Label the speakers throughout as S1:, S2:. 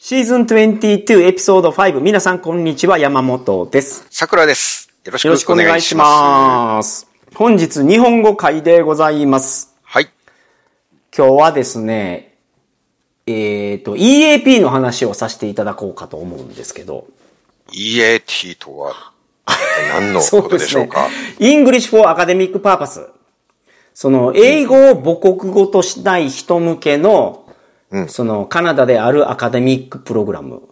S1: シーズン22エピソード5。皆さんこんにちは、山本です。
S2: 桜です。よろし
S1: よろしく
S2: く
S1: お
S2: お
S1: 願
S2: 願
S1: い
S2: い
S1: し
S2: しま
S1: ます。本日日本語会でございます
S2: す。。はい。
S1: 今日はですね、えっ、と、EAP の話をさせていただこうかと思うんですけど。
S2: EAT とは、何のことでしょう か
S1: イングリッシュ for Academic Purpose。その、英語を母国語としない人向けの、その、カナダであるアカデミックプログラム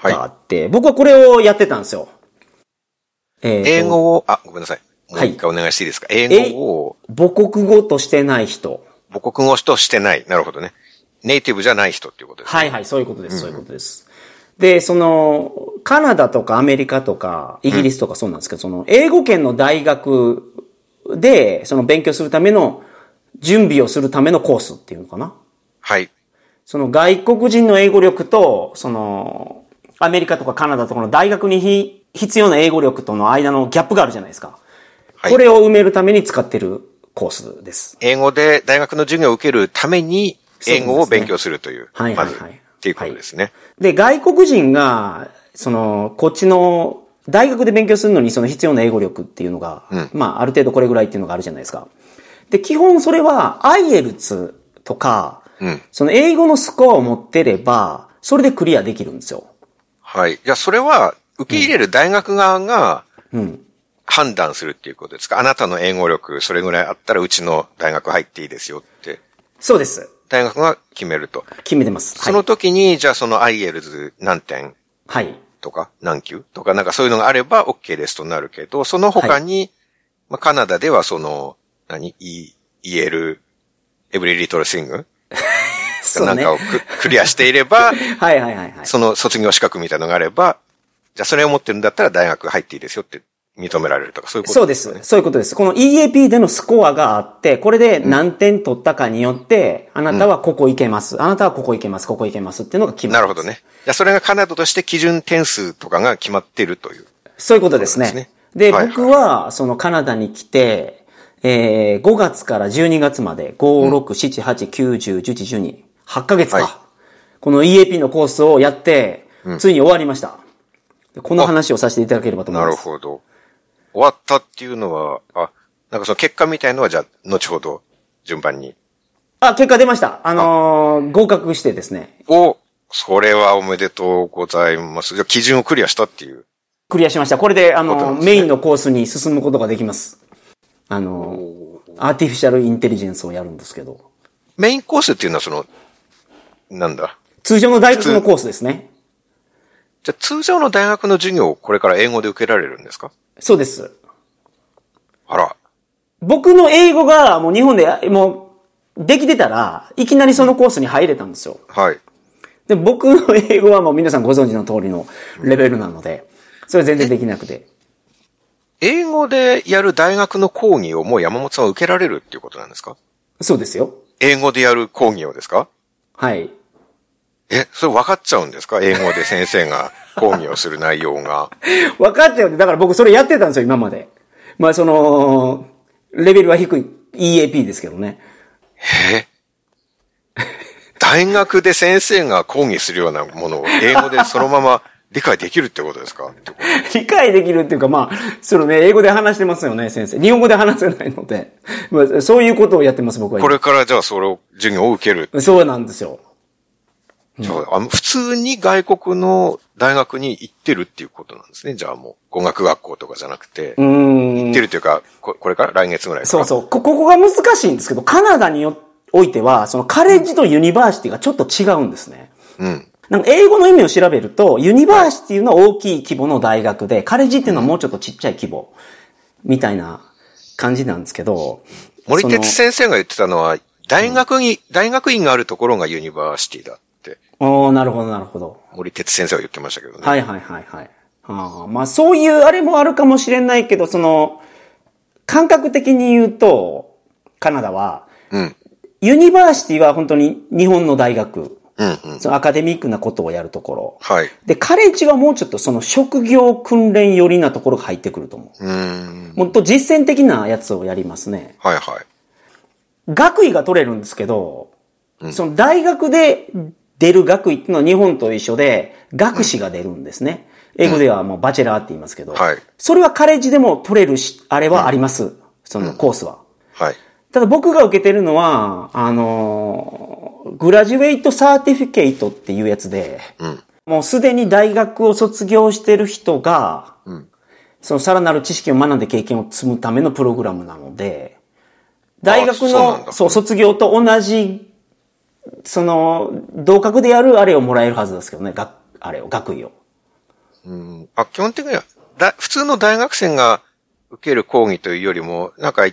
S1: があ
S2: は
S1: って、僕はこれをやってたんですよ。えー
S2: い。
S1: と
S2: 英語を、あ、ごめんなさい。も
S1: は
S2: う
S1: い
S2: 一回お願いしていいですか、英語を
S1: 母国語としてない人。
S2: 母国語としてない。なるほどね。ネイティブじゃない人っていうことです。
S1: はいはい、そういうことです、そういうことです。で、その、カナダとかアメリカとか、イギリスとかそうなんですけど、その、英語圏の大学で、その勉強するための、準備をするためのコースっていうのかな。
S2: はい。
S1: その外国人の英語力と、その、アメリカとかカナダとかの大学にひ必要な英語力との間のギャップがあるじゃないですか。
S2: はい
S1: これを埋めるために使ってるコースです。
S2: 英語で大学の授業を受けるために、英語を勉強するという。
S1: そうですね
S2: まず、
S1: はいはいはい
S2: っていうことですね。
S1: で、外国人が、その、こっちの、大学で勉強するのにその必要な英語力っていうのが、まあ、ある程度これぐらいっていうのがあるじゃないですか。で、基本それは、IELTS とか、その英語のスコアを持ってれば、それでクリアできるんですよ。
S2: はい。じゃあ、それは、受け入れる大学側が、判断するっていうことですか、あなたの英語力、それぐらいあったら、うちの大学入っていいですよって、
S1: そうです。
S2: 大学が決めると。
S1: 決めてます。
S2: そ
S1: は
S2: の
S1: い。
S2: 時に、じゃあ、その IELTS 何点
S1: はい。
S2: とか、何級とか、なんかそういうのがあれば、OK ですとなるけど、その他に、まあ、カナダでは、その、何 ?E、EL、Every Little Thing?
S1: そう
S2: なん
S1: ね。
S2: かを
S1: は
S2: ククリアしてい れば、
S1: いはいはいはい。
S2: その卒業資格みたいなのがあれば、じゃあそれを持ってるんだったら大学入っていいですよって認められるとか、そういうこと
S1: そうです。そういうことです。この EAP でのスコアがあって、これで何点取ったかによって、あなたはここいけます。あなたはここいけます。ここいけますっていうのが決ま
S2: な
S1: る。
S2: るほどね。じゃあそれがカナダとして基準点数とかが決まってるという。
S1: そういうことです
S2: そうで
S1: ね
S2: すね。
S1: で、
S2: はいはい
S1: 僕は、そのカナダに来て、えー、5月から12月まで、5、6、7、8、9、10、11、12、8ヶ月
S2: はい
S1: か。この EAP のコースをやって、ついに終わりました。この話をさせていただければと思い
S2: な
S1: ます。
S2: るほど。終わったっていうのは、あ、なんかその結果みたいのはじゃあ後ほど順番に。
S1: あ、結果出ました。あのー合格してですね、
S2: お、それはおめでとうございます。じゃあ基準をクリアしたっていう。
S1: クリアしました。これで、あ
S2: ことな
S1: の
S2: ん
S1: ー
S2: ですね
S1: メインのコースに進むことができます。あのーアーティフィシャルインテリジェンスをやるんですけど、
S2: メインコースっていうのはその、なんだ。
S1: 通常の大学のコースですね。
S2: じゃあ通常の大学の授業をこれから英語で受けられるんですか
S1: そうです。
S2: あら。
S1: 僕の英語がもう日本でもうできてたら、いきなりそのコースに入れたんですよ。
S2: はい。
S1: で、僕の英語はもう皆さんご存知の通りのレベルなので、それ全然できなくて。
S2: 英語でやる大学の講義をもう山本さんは受けられるっていうことなんですか
S1: そうですよ。
S2: 英語でやる講義をですか
S1: はい。
S2: え、それ分かっちゃうんですか英語で先生が講義をする内容が。
S1: 分かっちゃう。だから僕それやってたんですよ、今まで。まあその、レベルは低い EAP ですけどね。
S2: 大学で先生が講義するようなものを英語でそのまま理解できるってことですか
S1: 理解できるっていうか、まあ、そのね、英語で話してますよね、先生。日本語で話せないので。まあ、そういうことをやってます、僕は
S2: こ
S1: 今。
S2: れからじゃあそれを授業を受ける。
S1: そうなんですよ。
S2: じゃああの普通に外国の大学に行ってるっていうことなんですね。じゃあもう語学学校とかじゃなくて。
S1: うーん。
S2: 行ってるというか、ここれから来月ぐらいから
S1: そうそう。こ、ここが難しいんですけど、カナダによおいては、そのカレッジとユニバーシティがちょっと違うんですね。
S2: うん。
S1: なんか英語の意味を調べると、ユニバーシティの大きい規模の大学で、カレッジっていうのはもうちょっとちっちゃい規模、みたいな感じなんですけど、
S2: 森
S1: その
S2: 哲先生が言ってたのは、大学に、大学院があるところがユニバーシティだって、
S1: おーなるほど、なるほど。
S2: 森哲先生は言ってましたけどね。
S1: はいはいはいはい。あーまあそういうあれもあるかもしれないけど、その、感覚的に言うと、カナダは、
S2: うん。
S1: ユニバーシティは本当に日本の大学、
S2: うんうん。
S1: そのアカデミックなことをやるところ。
S2: はい。
S1: で、カレッジはもうちょっとその職業訓練寄りなところが入ってくると思
S2: うーん。
S1: う。もっと実践的なやつをやりますね。
S2: はいはい。
S1: 学位が取れるんですけど、その大学で出る学位っていうのは日本と一緒で、学士が出るんですね。英語ではもうバチェラーって言いますけど、
S2: はい
S1: それはカレッジでも取れるし、あれはあります。そのコースは。
S2: はい。
S1: ただ僕が受けてるのは、あのーグラジュエイトサーティフィケイトっていうやつで、
S2: うん。
S1: もうすでに大学を卒業してる人が、
S2: ん
S1: そのさらなる知識を学んで経験を積むためのプログラムなので、大学
S2: そうなん
S1: の、
S2: だ
S1: そう、卒業と同じ、その、同格でやるあれをもらえるはずですけどね、学、あれを、学位を。
S2: うんあ、基本的には、だ、普通の大学生が受ける講義というよりも、なんか、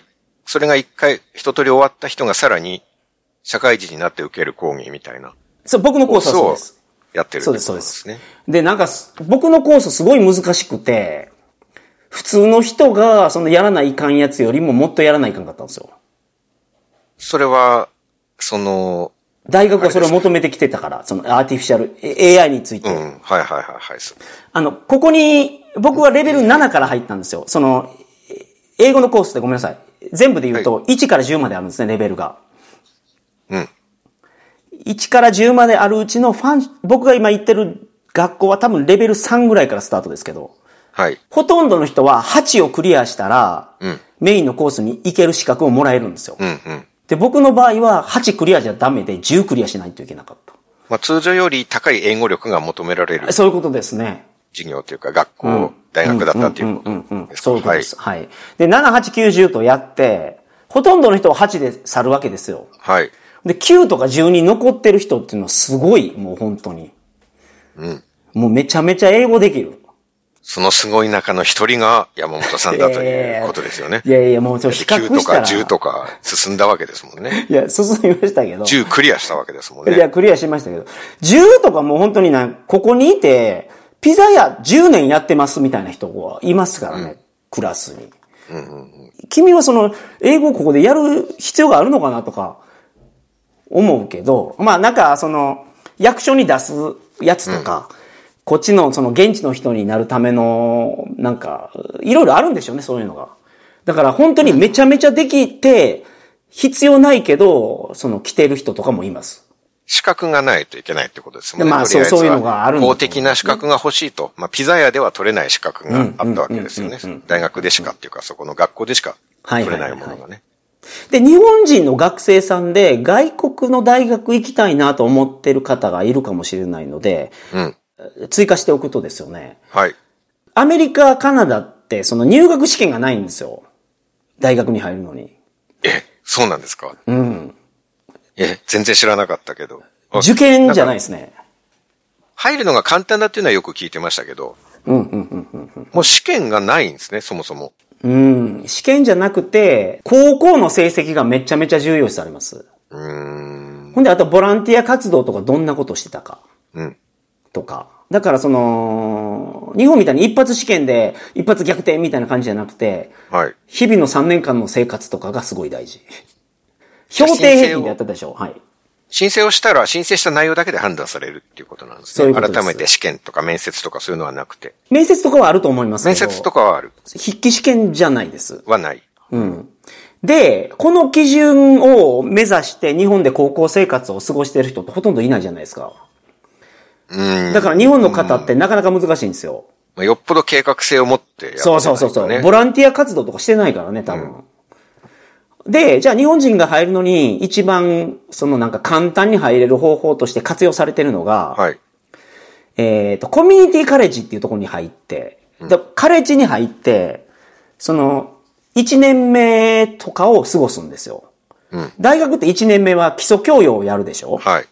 S2: それが一回一通り終わった人がさらに社会人になって受ける講義みたいな
S1: そう、僕のコースはそう
S2: を
S1: です。
S2: やってる
S1: そうです
S2: ってことなんですね。
S1: で、なんかす、僕のコースすごい難しくて、普通の人が、そのやらないかんやつよりももっとやらないかんかったんですよ。
S2: それは、その、
S1: 大学がそれを求めてきてたから、そのアーティフィシャル、え AI について。
S2: うん、はいはいはいはい。そ
S1: あの、ここに、僕はレベル7から入ったんですよ。その、え英語のコースってごめんなさい。全部で言うと、1から10まであるんですね、レベルが。
S2: うん。
S1: 1から10まであるうちのファン、僕が今行ってる学校は多分レベル3ぐらいからスタートですけど、
S2: はい。
S1: ほとんどの人は8をクリアしたら、
S2: うん
S1: メインのコースに行ける資格をもらえるんですよ。
S2: うんうん。
S1: で、僕の場合は8クリアじゃダメで10クリアしないといけなかっ
S2: まあ通常より高い英語力が求められる
S1: た。そういうことですね。
S2: 授業というか学校、大学だったという
S1: うんう
S2: こ
S1: ん
S2: と
S1: うん
S2: ですか
S1: そういうことです。はい。で、7、8、9、10とやって、ほとんどの人は8で去るわけですよ。
S2: はい。はい。
S1: で、9とか10に残ってる人っていうのはすごい、もう本当に。
S2: うん。
S1: もうめちゃめちゃ英語できる。
S2: そのすごい中の一人が山本さんだということですよね。
S1: いやいや、もうちょっと比較
S2: 9と
S1: した。
S2: から10とか進んだわけですもんね。
S1: いや、進みましたけど。
S2: 10クリアしたわけですもん
S1: い
S2: ね。
S1: や、クリアしましたけど。10とかもう本当にな、ここにいて、ピザ屋10年やってますみたいな人はいますからね、クラスに。君はその、英語をここでやる必要があるのかなとか、思うけど、まあなんか、その、役所に出すやつとか、こっちのその現地の人になるための、なんか、いろいろあるんでしょうね、そういうのが。だから本当にめちゃめちゃできて、必要ないけど、その来てる人とかもいます。
S2: 資格がないといけないってことですもんね。
S1: まあ
S2: とりえずは
S1: そうそういうのがあるんだと思う
S2: 公的な資格が欲しいと。まあ、ピザ屋では取れない資格があったわけですよね。大学でしかっていうか、そこの学校でしか取れないもの
S1: はい
S2: がね。
S1: で、日本人の学生さんで、外国の大学行きたいなと思ってる方がいるかもしれないので、
S2: うん。
S1: 追加しておくとですよね。
S2: はい。
S1: アメリカ、カナダって、その入学試験がないんですよ。大学に入るのに。
S2: え、そうなんですか
S1: うん。
S2: え、全然知らなかったけど。あ
S1: 受験じゃないで
S2: んか
S1: すね。
S2: 入るのが簡単だっていうのはよく聞いてましたけど。
S1: うん、うん、
S2: もう試験がないんですね、そもそも。
S1: うん。うん。試験じゃなくて、高校の成績がめちゃめちゃ重要視されます。
S2: うーん。
S1: ほんで、あとボランティア活動とかどんなことしてたか。
S2: うん。
S1: とか。だからその、日本みたいに一発試験で一発逆転みたいな感じじゃなくて、
S2: はい。
S1: 日々の3年間の生活とかがすごい大事。評定平均でやってたでしょはい。
S2: 申請をしたら、申請した内容だけで判断されるっていうことなんです
S1: そうい
S2: ね。
S1: うことです
S2: 改めて試験とか面接とかそういうのはなくて。
S1: 面接とかはあると思いますけ
S2: 面
S1: ど。
S2: 接とかはある。
S1: 筆記試験じゃないです。
S2: はない。
S1: うん。で、この基準を目指して日本で高校生活を過ごしている人ってほとんどいないじゃないですか。
S2: うん。
S1: だから日本の方ってなかなか難しいんですよ。
S2: まあ、よっぽど計画性を持ってやってないと
S1: そ
S2: ね
S1: うそうそうそう。ボランティア活動とかしてないからね、多分。で、じゃあ日本人が入るのに一番、そのなんか簡単に入れる方法として活用されてるのが、
S2: はい。
S1: えっ、と、コミュニティカレッジっていうところに入って、だカレッジに入って、その、1年目とかを過ごすんですよ。
S2: うん
S1: 大学って1年目は基礎教養をやるでしょ、
S2: はい。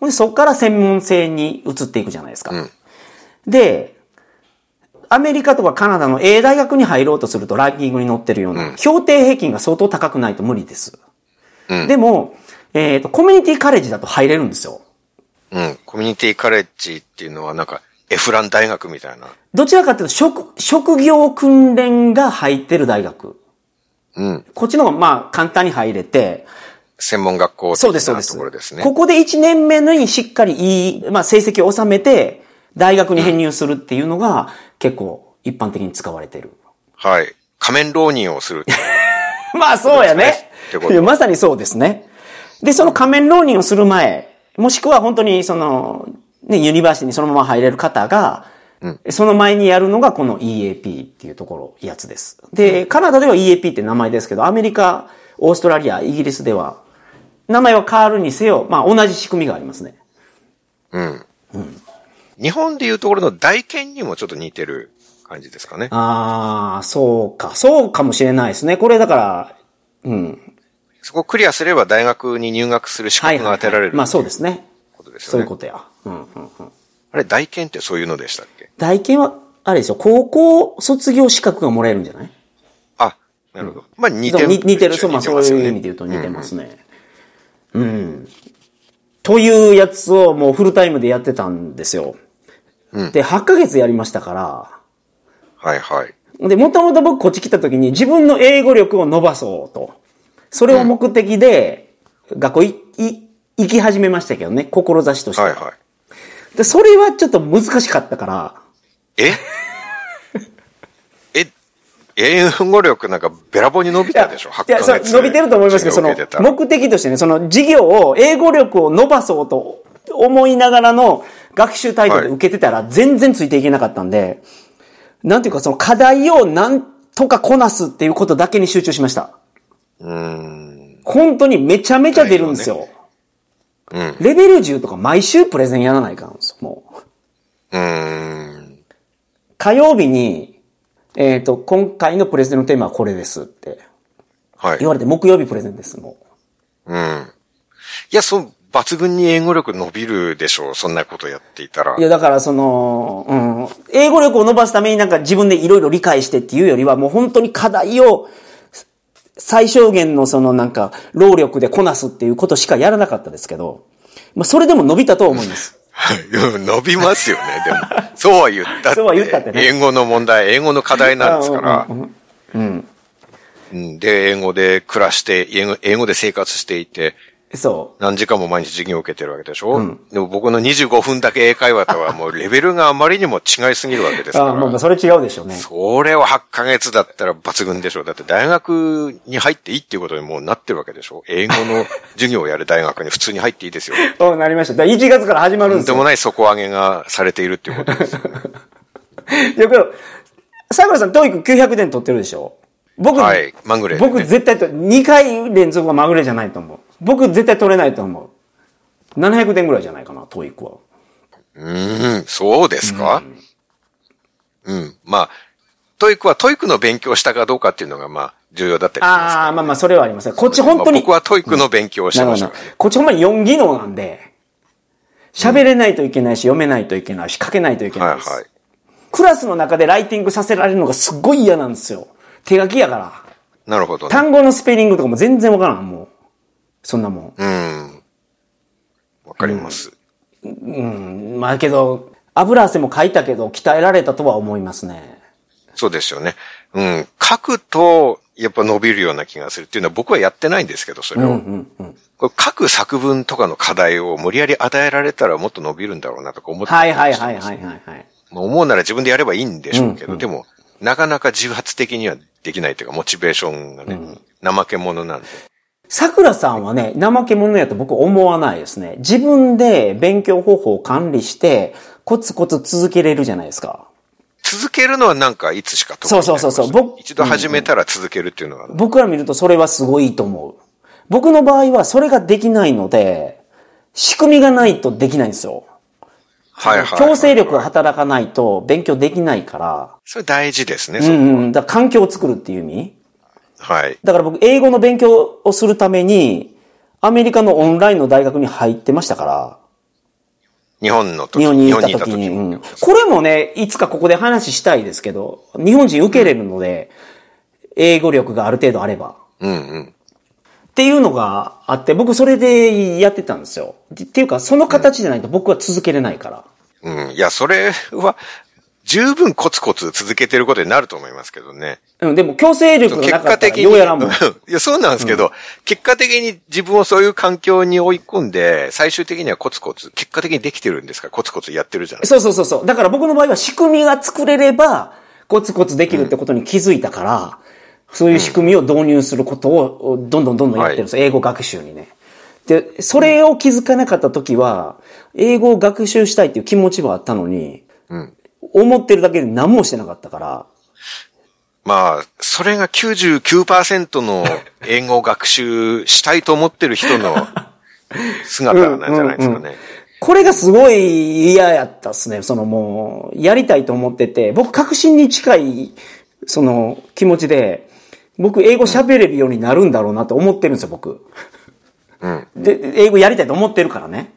S1: ほんでそこから専門性に移っていくじゃないですか。
S2: うん
S1: で、アメリカとかカナダの A 大学に入ろうとするとランキングに載ってるような、評定平均が相当高くないと無理です。
S2: うん
S1: でも、えっ、と、コミュニティカレッジだと入れるんですよ。
S2: うん。コミュニティカレッジっていうのはなんか、エフラン大学みたいな。
S1: どちらかというと、職、職業訓練が入ってる大学。
S2: うん。
S1: こっちの方が、まあ、簡単に入れて、
S2: 専門学校
S1: そうです、
S2: 的
S1: そう
S2: な
S1: です。
S2: ところですね。
S1: ここで1年目にしっかりいい、まあ、成績を収めて、大学に編入するっていうのが、結構、一般的に使われてる。
S2: はい。仮面浪人をする。
S1: まあそうや
S2: そうです
S1: ね
S2: ねってこと。
S1: いやまさにそうですね。で、その仮面浪人をする前もしくは本当にその、ね、ユニバーシティにそのまま入れる方が、
S2: うん
S1: その前にやるのがこの EAP っていうところ、やつです。で、カナダでは EAP って名前ですけど、アメリカ、オーストラリア、イギリスでは、名前は変わるにせよ、まあ同じ仕組みがありますね。
S2: 日本でいうところの大研にもちょっと似てる感じですかね。
S1: ああ、そうか。そうかもしれないですね。これだから、うん。
S2: そこをクリアすれば大学に入学する資
S1: はい
S2: 格
S1: はい、は
S2: が
S1: い。
S2: 当てられる
S1: まあそうですね。
S2: ことです
S1: そう
S2: よ
S1: いう
S2: ね。
S1: ことや。うんうんうん。
S2: あれ、大研ってそういうのでしたっけ
S1: 大研は、あれですよ、高校卒業資格がもらえるんじゃない
S2: あ、なるほど。まあ似
S1: そ
S2: て
S1: う
S2: る。
S1: に似てる、そう、まあ
S2: 似て
S1: そう
S2: ますよ
S1: い
S2: ね
S1: う意味で言うと似てますね。うん、というやつをもうフルタイムでやってたんですよ。で、8ヶ月やりましたか
S2: はいはい。
S1: ら、で、もともと僕こっち来た時に自分の英語力を伸ばそうと。それを目的で、学校い、い、行き始めましたけどね、志として。
S2: はいはい。
S1: で、それはちょっと難しかったから、
S2: え え、英語力なんかべらぼうに伸び
S1: いや
S2: たでしょ ?8
S1: いや、
S2: ヶ
S1: そう
S2: 月で
S1: 伸びてると思いますけど、そ
S2: 授業
S1: の
S2: 受けてた、ら
S1: 目的としてね、その授業を、英語力を伸ばそうと思いながらの学習態度で
S2: はい
S1: 受けてたら、全然ついていけなかったんで、なんていうか、その課題をなんとかこなすっていうことだけに集中しました。
S2: うーん。
S1: 本当にめちゃめちゃ出るんですよ。
S2: うん。
S1: レベル10とか毎週プレゼンやらないかんですよ、もう。
S2: うーん。
S1: 火曜日に、えっ、と、今回のプレゼンのテーマはこれですって
S2: はい。
S1: 言われて、木曜日プレゼンです、もう。
S2: うん。いや、その、抜群に英語力伸びるでしょう。そんなことやっていたら。
S1: いや、だからその、うん、英語力を伸ばすためになんか自分でいろいろ理解してっていうよりは、もう本当に課題を最小限のそのなんか、労力でこなすっていうことしかやらなかったですけど、まあ、それでも伸びたとは思い ます。
S2: はい うん伸びますよね、でも。そうは言ったって。
S1: そうは言ったってね
S2: 英語の問題、英語の課題なんですから
S1: うん。うんうん
S2: うんで、英語で暮らして、英語英語で生活していて、
S1: そう。
S2: 何時間も毎日授業を受けてるわけでしょ、でも僕の25分だけ英会話とはもうレベルがあまりにも違いすぎるわけですか
S1: あまあまあ、
S2: ら。
S1: それ違うでしょうね。
S2: それを8ヶ月だったら抜群でしょう。だって大学に入っていいっていうことにもうなってるわけでしょ英語の授業をやる大学に普通に入っていいです よ。
S1: うん、なりました。だから1月から始まるん
S2: と
S1: で
S2: ん
S1: す
S2: で
S1: よ。
S2: もない底上げがされているっていうことです。
S1: よく、桜さん、トイック900点取ってるでしょ僕、
S2: はいまぐれ
S1: 僕絶対と、2回連続はまぐれじゃないと思う。僕絶対取れないと思う。700点ぐらいじゃないかな、トイックは。
S2: うーん、そうですかうん、まあ、トイックはトイックの勉強をしたかどうかっていうのがまあ、重要だったりしますから。
S1: ああ、まあまあ、それはありますね。こっち本当
S2: まあ
S1: に、
S2: 僕はトイックの勉強をし
S1: な
S2: て
S1: る
S2: ま
S1: ほ
S2: し
S1: ど
S2: た
S1: な
S2: からね。
S1: こっちほんまに4技能なんで、喋れないといけないし、読めないといけないし、書けないといけ
S2: は
S1: ない
S2: い
S1: です。
S2: はい。
S1: クラスの中でライティングさせられるのがすっごい嫌なんですよ。手書きやから。
S2: なるほどね。
S1: 単語のスペリングとかも全然わからん、もう。そんなもん。
S2: うん。わかります。
S1: まあけど、油汗もかいたけど、鍛えられたとは思いますね。
S2: そうですよね。うん。書くと、やっぱ伸びるような気がするっていうのは僕はやってないんですけど、それを。これ書く作文とかの課題を無理やり与えられたらもっと伸びるんだろうなとか思ってた
S1: はい
S2: り
S1: はい
S2: して
S1: はいはいはいはい。
S2: まあ思うなら自分でやればいいんでしょうけど、でも、なかなか自発的にはできないというか、モチベーションがね、怠け者なんで。
S1: 桜さんはね、怠け者やと僕思わないですね。自分で勉強方法を管理して、コツコツ続けれるじゃないですか。
S2: 続けるのはなんかいつしか得意
S1: そうそうそうそう
S2: になりました
S1: 僕
S2: 一度始めたら続けるっていうのは、
S1: 僕ら見るとそれはすごいと思う。僕の場合はそれができないので、仕組みがないとできないんですよ。
S2: はいはい。
S1: 強制力が働かないと勉強できないから、
S2: それ大事ですね。
S1: う
S2: そうん
S1: うん、だから環境を作るっていう意味
S2: はい。
S1: だから僕、英語の勉強をするために、アメリカのオンラインの大学に入ってましたから、
S2: 日本の時
S1: 日本にいた
S2: 日
S1: 時に。うんこれもね、いつかここで話したいですけど、日本人受けれるので、英語力がある程度あれば。
S2: うんうん。
S1: っていうのがあって、僕それでやってたんですよ。てっていうか、その形じゃないと僕は続けれないから。
S2: うん。いや、それは、十分コツコツ続けてることになると思いますけどね。
S1: うん、でも強制力が
S2: 結
S1: なか
S2: 果
S1: ったら
S2: 的に。
S1: ようやらんもん。
S2: いや、そうなんですけど、結果的に自分をそういう環境に追い込んで、最終的にはコツコツ、結果的にできてるんですから、コツコツやってるじゃないです
S1: そうそうそうそう。だから僕の場合は仕組みが作れれば、コツコツできるってことに気づいたから、そういう仕組みを導入することをどんどんどんどんやってるんですよ、英語学習にね。で、それを気づかなかった時は、英語を学習したいっていう気持ちはあったのに、
S2: うん。
S1: 思ってるだけで何もしてなかったから、
S2: まあ、それが99%の英語を学習したいと思ってる人の姿なんじゃないですかね。
S1: これがすごい嫌やったっすね。そのもう、やりたいと思ってて、僕確信に近い、その気持ちで、僕英語喋れるようになるんだろうなと思ってるんですよ、僕。
S2: うん。
S1: で、英語やりたいと思ってるからね。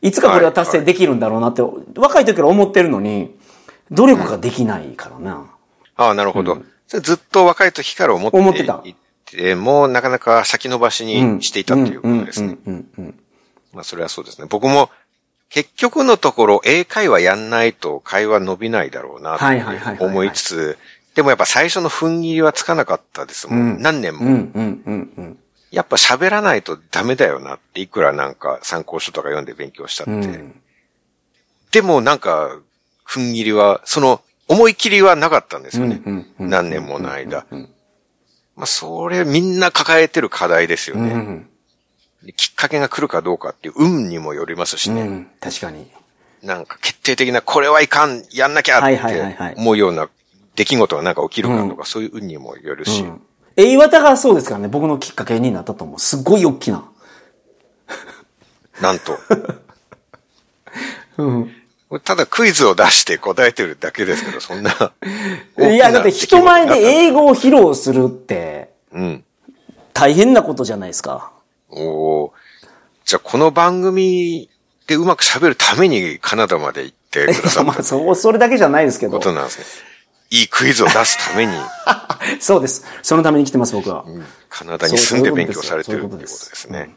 S1: いつかこれは達成できるんだろうなって、若い時から思ってるのに、努力ができないからな。
S2: ああ、なるほど。それずっと若い時から思って
S1: 思ってた
S2: いても、なかなか先延ばし
S1: うん
S2: にしていたっていうことですね。
S1: うんうんうんうん
S2: まあ、それはそうですね。僕も、結局のところ、英会話やんないと会話伸びないだろうな、
S1: はいはいはいはいはい
S2: 思いつつ、でもやっぱ最初の踏ん切りはつかなかったですもん。何年も。
S1: うんうんうんうん。
S2: やっぱ喋らないとダメだよなって、いくらなんか参考書とか読んで勉強したって。
S1: うん
S2: でもなんか、踏ん切りは、その、思い切りはなかったんですよね。
S1: うんうんうん
S2: 何年もの間。まあ、それみんな抱えてる課題ですよ
S1: う
S2: ね、
S1: ん
S2: きっかけが来るかどうかっていう運にもよりますし
S1: う
S2: ね。
S1: ん。確かに。
S2: なんか決定的な、これはいかん、やんなきゃ
S1: はいはいはいは
S2: っ
S1: い
S2: て思うような出来事がなんか起きるかとか、そういう運にもよるし。
S1: うんえいわたがそうですからね、僕のきっかけになったと思う。すごい大きな。
S2: なんと。
S1: うん。。
S2: ただクイズを出して答えてるだけですけど、そんな
S1: いや、だって人前で
S2: え
S1: 英語を披露するって、
S2: うん。
S1: 大変なことじゃないですか。
S2: おーじゃあこの番組でうまく喋るためにカナダまで行ってくださっ
S1: まあ、
S2: た
S1: そう、それだけじゃないですけ
S2: こ
S1: ど。
S2: となんですね。いいクイズを出すために、
S1: そうです。そのために来てます、僕は。
S2: カナダに住んで勉強されてる
S1: そうそう
S2: っていうこと
S1: いうこと
S2: で
S1: です
S2: すね。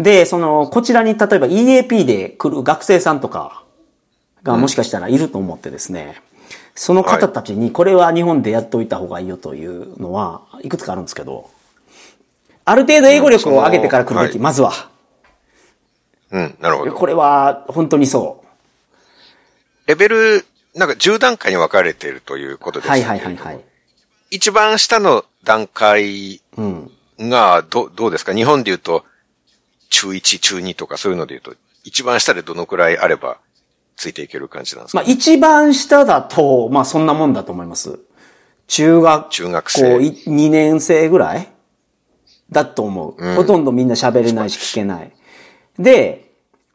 S1: で、その、こちらに例えば EAP で来る学生さんとかがもしかしたらいると思ってですね、その方たちにこれは日本でやっといた方がいいよというのは、いくつかあるんですけど、ある程度英語力を上げてから来るべ
S2: うんそ
S1: き、
S2: の
S1: まずは。
S2: うん、なるほど。
S1: これは、本当にそ
S2: レベル、なんか10段階に分かれてるということ
S1: う。
S2: ですね。
S1: はいはいはいはい。
S2: 一番下の段階
S1: うん。
S2: が、ど、どうですか日本で言うと、中1、中2とかそういうので言うと、一番下でどのくらいあれば、ついていける感じなんですか、
S1: まあ一番下だと、まあそんなもんだと思います。中学
S2: 中学
S1: 校
S2: 生
S1: 2年生ぐらいだと思う、ほとんどみんな喋れないし聞けない。で、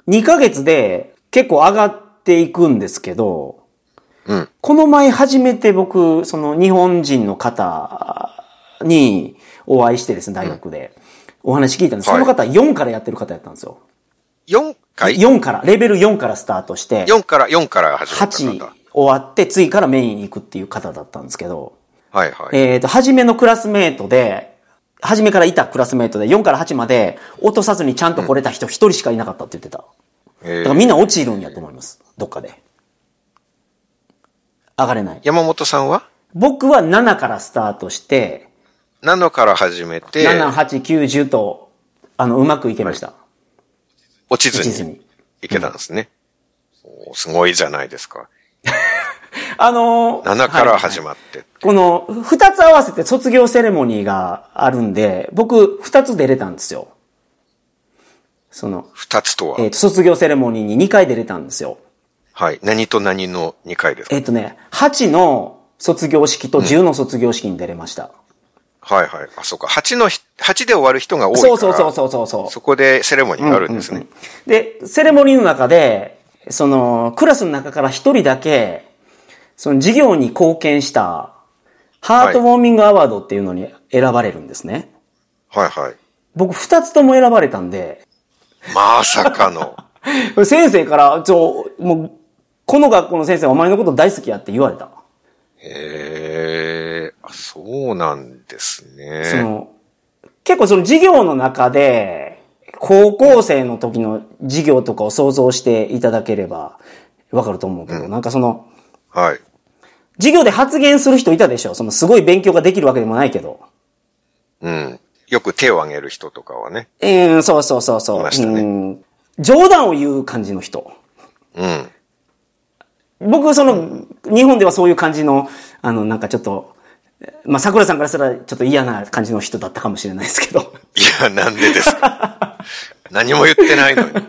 S1: 2ヶ月で結構上がっていくんですけど、
S2: うん
S1: この前初めて僕、その日本人の方にお会いしてですね、大学で。お話聞いたんです。
S2: は
S1: その
S2: い
S1: 方4からやってる方やったんですよ。
S2: 4回
S1: 4から、レベル4からスタートして。
S2: ?4 から、4から始まった
S1: 8
S2: んだ。
S1: 終わって、次からメイン行くっていう方だったんですけど、
S2: はいはい。
S1: えっ、と、初めのクラスメートで、初めからいたクラスメートで、4から8まで落とさずにちゃんと来れた人1人しかいなかったって言ってた。
S2: え
S1: だ
S2: ー
S1: からみんな落ちるんやと思います。どっかで。上がれない。
S2: 山本さんは
S1: 僕は7からスタートして、
S2: ?7 から始めて、
S1: 7、8、9、10と、あの、うまくいけました。
S2: 落ち
S1: 落ち
S2: ず
S1: ず
S2: に
S1: に。
S2: いけたんですね。おーすごいじゃないですか。
S1: あのー、
S2: 7から始まって。
S1: この、二つ合わせて卒業セレモニーがあるんで、僕、二つ出れたんですよ。その、
S2: 2つとは、
S1: えっ、と、卒業セレモニーに2回出れたんですよ。
S2: はい。何と何の2回ですか、
S1: えっ、とね、8の卒業式と10の卒業式に出れました。
S2: はいはい。あ、そうか。8のひ、8で終わる人が多いから。
S1: そうそうそうそうそうそう。
S2: そこでセレモニーがあるんですね。
S1: で、セレモニーの中で、その、クラスの中から一人だけ、その事業に貢献した、ハートウォーミングアワードっていうのに選ばれるんですね。
S2: はいはい。
S1: 僕二つとも選ばれたんで、
S2: まさ かの。
S1: 先生から、ちょ、もう、この学校の先生お前のこと大好きやって言われた。
S2: へえ、あ、そうなんです
S1: そ
S2: ね。
S1: の、結構その授業の中で、高校生の時の授業とかを想像していただければわかると思うけど、なんかその、
S2: はい。
S1: 授業で発言する人いたでしょそのすごい勉強ができるわけでもないけど。
S2: うん。よく手を挙げる人とかはね。
S1: えー、そうそうそうそう。
S2: いましたね
S1: うん冗談を言う感じの人。
S2: うん。
S1: 僕、その、日本ではそういう感じの、あの、なんかちょっと、まあ、桜さんからしたらちょっと嫌な感じの人だったかもしれないですけど。
S2: いや、なんでですか。何も言ってないのに。
S1: ま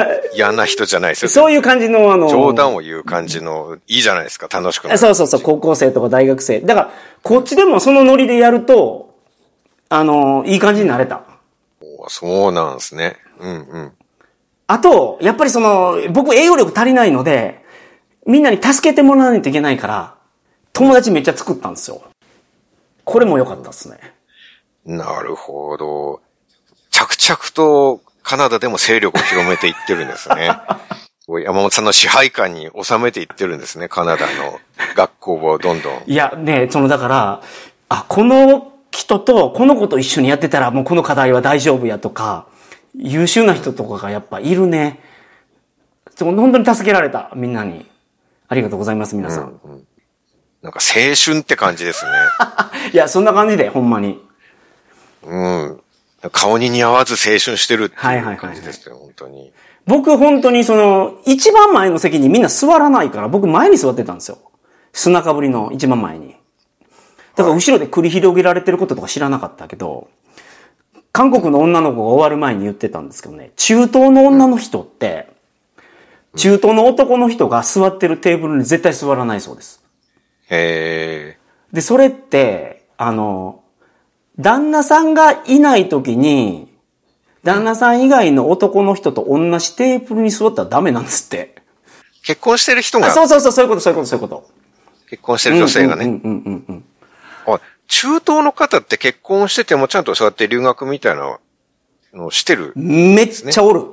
S1: あ、
S2: 嫌な人じゃないですよ。
S1: そういう感じの、あの、
S2: 冗談を言う感じの、いいじゃないですか、楽しくなる
S1: そうそうそう、高校生とか大学生。だから、こっちでもそのノリでやると、あの、いい感じになれた。
S2: そうなんですね。うんうん。
S1: あと、やっぱりその、僕英語力足りないので、みんなに助けてもらわないといけないから、友達めっちゃ作ったんですよ。これも良かったですね。
S2: なるほど。着々とカナダでも勢力を広めていってるんです ね。こう山本さんの支配下に収めていってるんですね、カナダの学校をどんどん。
S1: いや、ね、その、だから、あ、この人と、この子と一緒にやってたら、もうこの課題は大丈夫やとか、優秀な人とかがやっぱいるね。そう本当に助けられた、みんなに。ありがとうございます、皆さん。
S2: なんか青春って感じですね。
S1: いや、そんな感じで、ほんまに。
S2: うん。顔に似合わず青春してるっていう感じですよ、本当に。
S1: 僕、本当にその、一番前の席にみんな座らないから、僕前に座ってたんですよ。砂かぶりの一番前に。だから後ろで繰り広げられてることとか知らなかったけど、韓国の女の子が終わる前に言ってたんですけどね、中東の女の人って、中東の男の人が座ってるテーブルに絶対座らないそうです。
S2: え
S1: で、それって、あの、旦那さんがいない時に、旦那さん以外の男の人と同じテーブルに座ったらダメなんですって。
S2: ー、結婚してる人
S1: あ
S2: が、
S1: そうそうそう、そういうこと、そういうこと、そういうこと。
S2: 結婚してる女性がね、
S1: うんうんうんうん。
S2: あ中東の方って結婚しててもちゃんとそうやって留学みたいなのをしてる。
S1: めっちゃおる。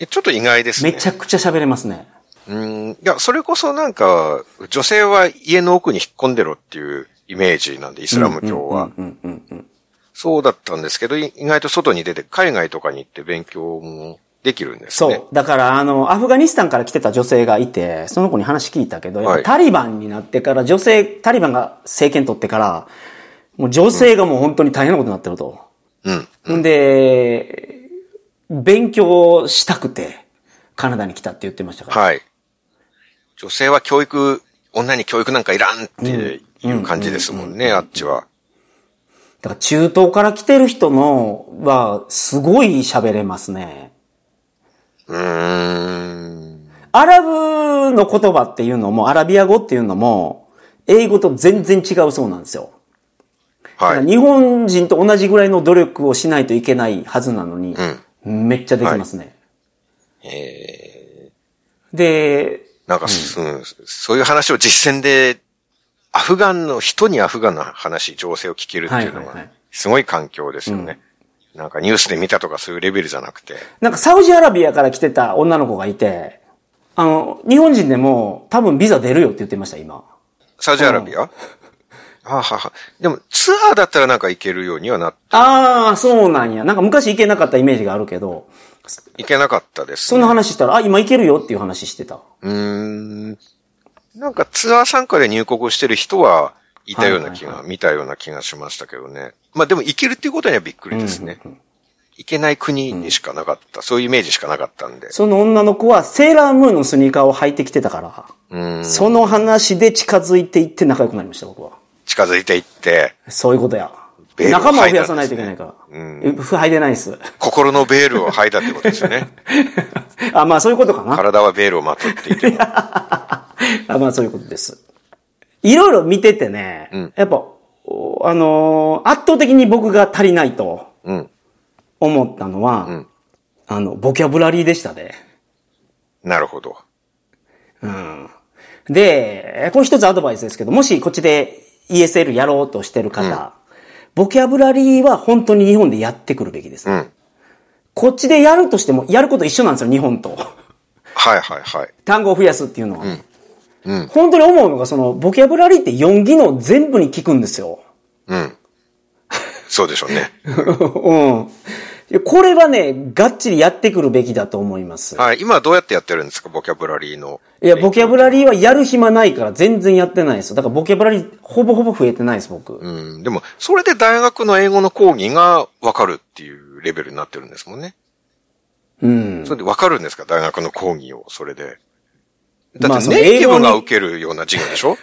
S2: えちょっと意外ですね。
S1: めちゃくちゃ喋れますね。
S2: うん。いや、それこそなんか、女性は家の奥に引っ込んでろっていうイメージなんで、イスラム教は。
S1: うんうんうん。
S2: そうだったんですけど、い意外と外に出て、海外とかに行って勉強もできるんです
S1: そう。
S2: ね。
S1: だから、あの、アフガニスタンから来てた女性がいて、その子に話聞いたけど、やっ
S2: は
S1: ぱ
S2: い
S1: タリバンになってから、女性、タリバンが政権取ってから、もう女性がもう本当に大変なことになってると。
S2: う。うん。
S1: んで、勉強したくて、カナダに来たって言ってましたから。
S2: はい。女性は教育、女に教育なんかいらんっていう感じですもんね、あっちは。
S1: だから中東から来てる人のは、すごい喋れますね。
S2: うーん。
S1: アラブの言葉っていうのも、アラビア語っていうのも、英語と全然違うそうなんですよ。だ
S2: は
S1: から
S2: い。
S1: 日本人と同じぐらいの努力をしないといけないはずなのに、めっちゃできますね。
S2: え
S1: で、
S2: ー、なんか、うん、そういう話を実践で、アフガンの人にアフガンの話、情勢を聞けるっていうの
S1: はいはいは
S2: が
S1: い、
S2: すごい環境ですよね。なんかニュースで見たとかそういうレベルじゃなくて。
S1: なんかサウジアラビアから来てた女の子がいて、あの、日本人でも多分ビザ出るよって言ってました、今。
S2: サウジアラビアあはは。でも、ツアーだったらなんか行けるようにはな、
S1: ああ、そうなんや。なんか昔行けなかったイメージがあるけど、
S2: 行けなかったです
S1: そ
S2: ね、
S1: んな話したら、あ、今行けるよっていう話してた。
S2: うーん。なんかツアー参加で入国してる人はいたような気が、
S1: はい
S2: 見たような気がしましたけどね。まあでも行けるっていうことにはびっくりですね。行けない国にしかなかった、そういうイメージしかなかったんで。
S1: その女の子はセーラームーンのスニーカーを履いてきてたから、
S2: うん。
S1: その話で近づいていって仲良くなりました、僕は。
S2: 近づいていって、
S1: そういうことや。
S2: ベールを
S1: 仲間を増やさないといけないから。
S2: う
S1: えふ入れないです。
S2: 心のベールを剥いだってことです よね。
S1: あ、まあそういうことかな。
S2: 体はベールをまとっていても。
S1: あまあそういうことです。いろいろ見ててね、やっぱ、おあのー圧倒的に僕が足りないと
S2: うん。
S1: 思ったのは、あの、ボキャブラリーでしたね。
S2: なるほど。
S1: うん。で、これ一つアドバイスですけど、もしこっちで ESL やろうとしてる方、ボキャブラリーは本当に日本でやってくるべきです。
S2: うん。
S1: こっちでやるとしても、やること一緒なんですよ、日本 と。
S2: はいはいはい。
S1: 単語を増やすっていうのは。本当に思うのが、その、ボキャブラリーって4技能全部に効くんです よ。
S2: うん。そうでしょうね。
S1: うん。いやこれはね、がっちりやってくるべきだと思います。
S2: はい。今どうやってやってるんですかボキャブラリーの。
S1: いや、ボキャブラリーはやる暇ないから全然やってないですよ。だからボキャブラリーほぼほぼ増えてないです、僕。
S2: うん、でも、それで大学の英語の講義がわかるっていうレベルになってるんですもんね。
S1: うん。
S2: それでわかるんですか大学の講義を、それで。だ
S1: ま
S2: っ
S1: あ
S2: て
S1: その
S2: ネイティブ
S1: 英語
S2: が
S1: に
S2: 受けるような授業でしょ、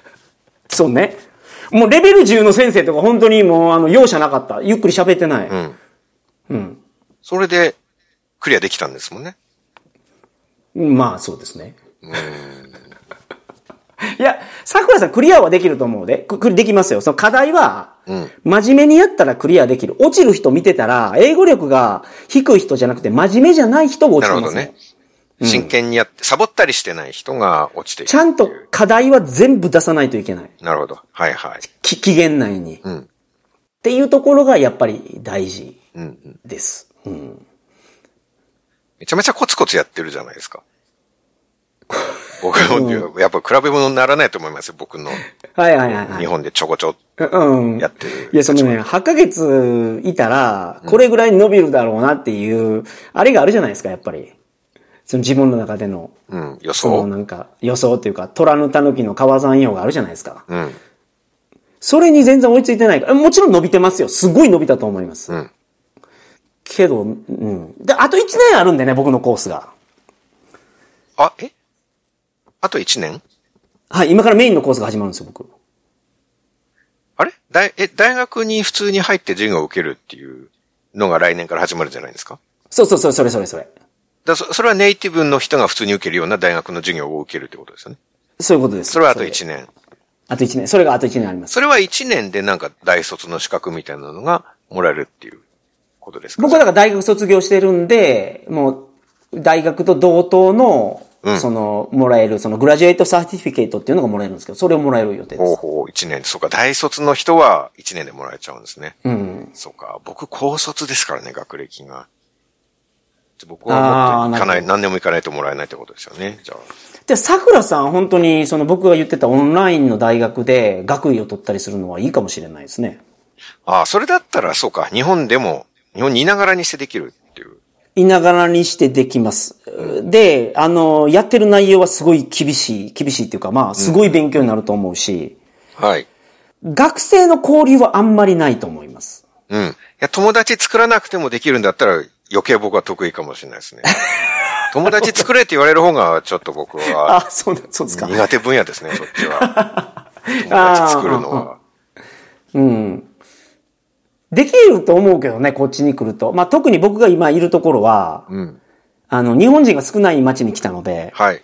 S1: そうね。もうレベル10の先生とか本当にもうあの容赦なかった。ゆっくり喋ってない。
S2: うん。それでクリアできたんですもんね。
S1: まあ、そうですね。
S2: うん。
S1: いや、桜さんクリアはできると思うで。くくできますよ。その課題は、
S2: うん。
S1: 真面目にやったらクリアできる。落ちる人見てたら、英語力が低い人じゃなくて、真面目じゃない人が落ちてます
S2: な
S1: ね。
S2: るほどね真剣にやって、サボったりしてない人が落ちていく
S1: ちゃんと課題は全部出さないといけない。
S2: なるほど。はいはい。
S1: き期限内に。っ
S2: うん。
S1: ていうところがやっぱり大事
S2: うんうん。
S1: です。うん。
S2: めちゃめちゃコツコツやってるじゃな いですか。僕の、やっぱ比べ物にならないと思いますよ。僕の
S1: はいはいはい、はい。
S2: 日本でちょこちょ
S1: うん。
S2: やってる
S1: いや、そのね、8ヶ月いたら、これぐらい伸びるだろうなっていう、あれがあるじゃないですか、やっぱり。その自分の中での、
S2: うん、予
S1: その
S2: 想。
S1: なんか予想っていうか、虎の狸の川山用があるじゃないですか。
S2: うん。
S1: それに全然追いついてないから、えもちろん伸びてますよ。すごい伸びたと思います。
S2: うん。
S1: けど、うん。で、あと1年あるんでね、僕のコースが。
S2: あ、えあと1年
S1: はい、今からメインのコースが始まるんですよ、僕。
S2: あれ大、え、大学に普通に入って授業を受けるっていうのが来年から始まるじゃないですか
S1: そうそうそう、それそれそれ。
S2: だそそれはネイティブの人が普通に受けるような大学の授業を受けるってことですよね。
S1: そういうことです。
S2: それはあと
S1: で
S2: 1年。
S1: あと1年。それがあと1年あります。
S2: それは1年でなんか大卒の資格みたいなのがもらえるっていうことですか
S1: 僕はだから大学卒業してるんで、もう、大学と同等の、
S2: うん
S1: その、もらえる、その、グラジュエートサーティフィケートっていうのがもらえるんですけど、それをもらえる予定で
S2: ほう
S1: す。
S2: ほう、1年。そうか、大卒の人は1年でもらえちゃうんですね。
S1: うん。
S2: そうか、僕高卒ですからね、学歴が。僕
S1: あー
S2: はもっと行かな、
S1: ないる
S2: 何年も行かないともらえないってことですよね。じゃあ。
S1: で、桜さん、本当に、その、僕が言ってたオンラインの大学で、学位を取ったりするのはいいかもしれないですね。
S2: ああ、それだったら、そうか、日本でも、日本にいながらにしてできるっていう。
S1: いながらにしてできます。で、あの、やってる内容はすごい厳しい、厳しいっていうか、まあ、すごい勉強になると思うし、
S2: はい。
S1: 学生の交流はあんまりないと思います。
S2: うん。いや、友達作らなくてもできるんだったら、余計僕は得意かもしれない ですね。友達作れって言われる方が、ちょっと僕は、
S1: あ、そうな、そうですか。
S2: 苦手分野ですね、そっちは。 友達作るのは。
S1: うん。できると思うけどね、こっちに来ると。まあ、特に僕が今いるところは、
S2: うん。
S1: あの、日本人が少ない町に来たので、
S2: はい。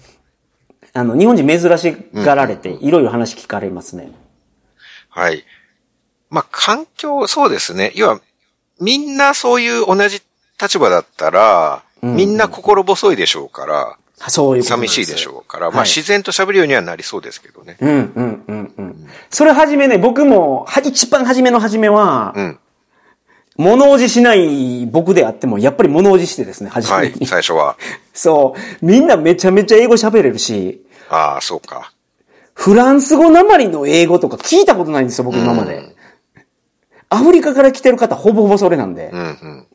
S1: あの、日本人珍しがられて、いろいろ話聞かれますね。
S2: はい。まあ、環境、そうですね。要は、みんなそういう同じ立場だったら、みんな心細いでしょうから、
S1: あそういうことなんで
S2: 寂
S1: す
S2: しいでしょうから、ま
S1: は
S2: あ
S1: い
S2: 自然と喋るようにはなりそうですけどね。
S1: うん、うん、うん、うん。それはじめね、僕も、は、一番初めの初めは
S2: う、ん。
S1: 物おじしない僕であっても、やっぱり物おじしてですね、初
S2: は
S1: め
S2: い
S1: に。。
S2: 最初は。
S1: そう。みんなめちゃめちゃ英語喋れるし、
S2: ああ、そうか。
S1: フランス語なまりの英語とか聞いたことないんですよ、僕今まで。アフリカから来てる方、ほぼほぼそれなんで。
S2: うんうん。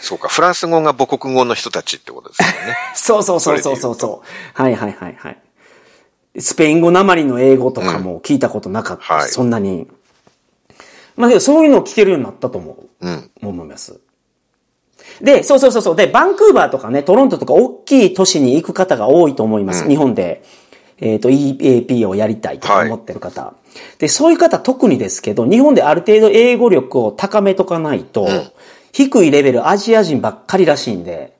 S2: そうか。フランス語が母国語の人たちってことですよね。
S1: そうそうそうそうそうそう。はいはいはいはい。スペイン語なまりの英語とかも聞いたことなかった、
S2: うんはい
S1: そんなに。まあけど、そういうのを聞けるようになったと思う。
S2: うん。
S1: 思います。で、そうそうそうそう。で、バンクーバーとかね、トロントとか大きい都市に行く方が多いと思います。日本で、えっ、と、EAP をやりたいとか
S2: はい
S1: 思ってる方、で、そういう方特にですけど、日本である程度英語力を高めとかないと、低いレベルアジア人ばっかりらしいんで、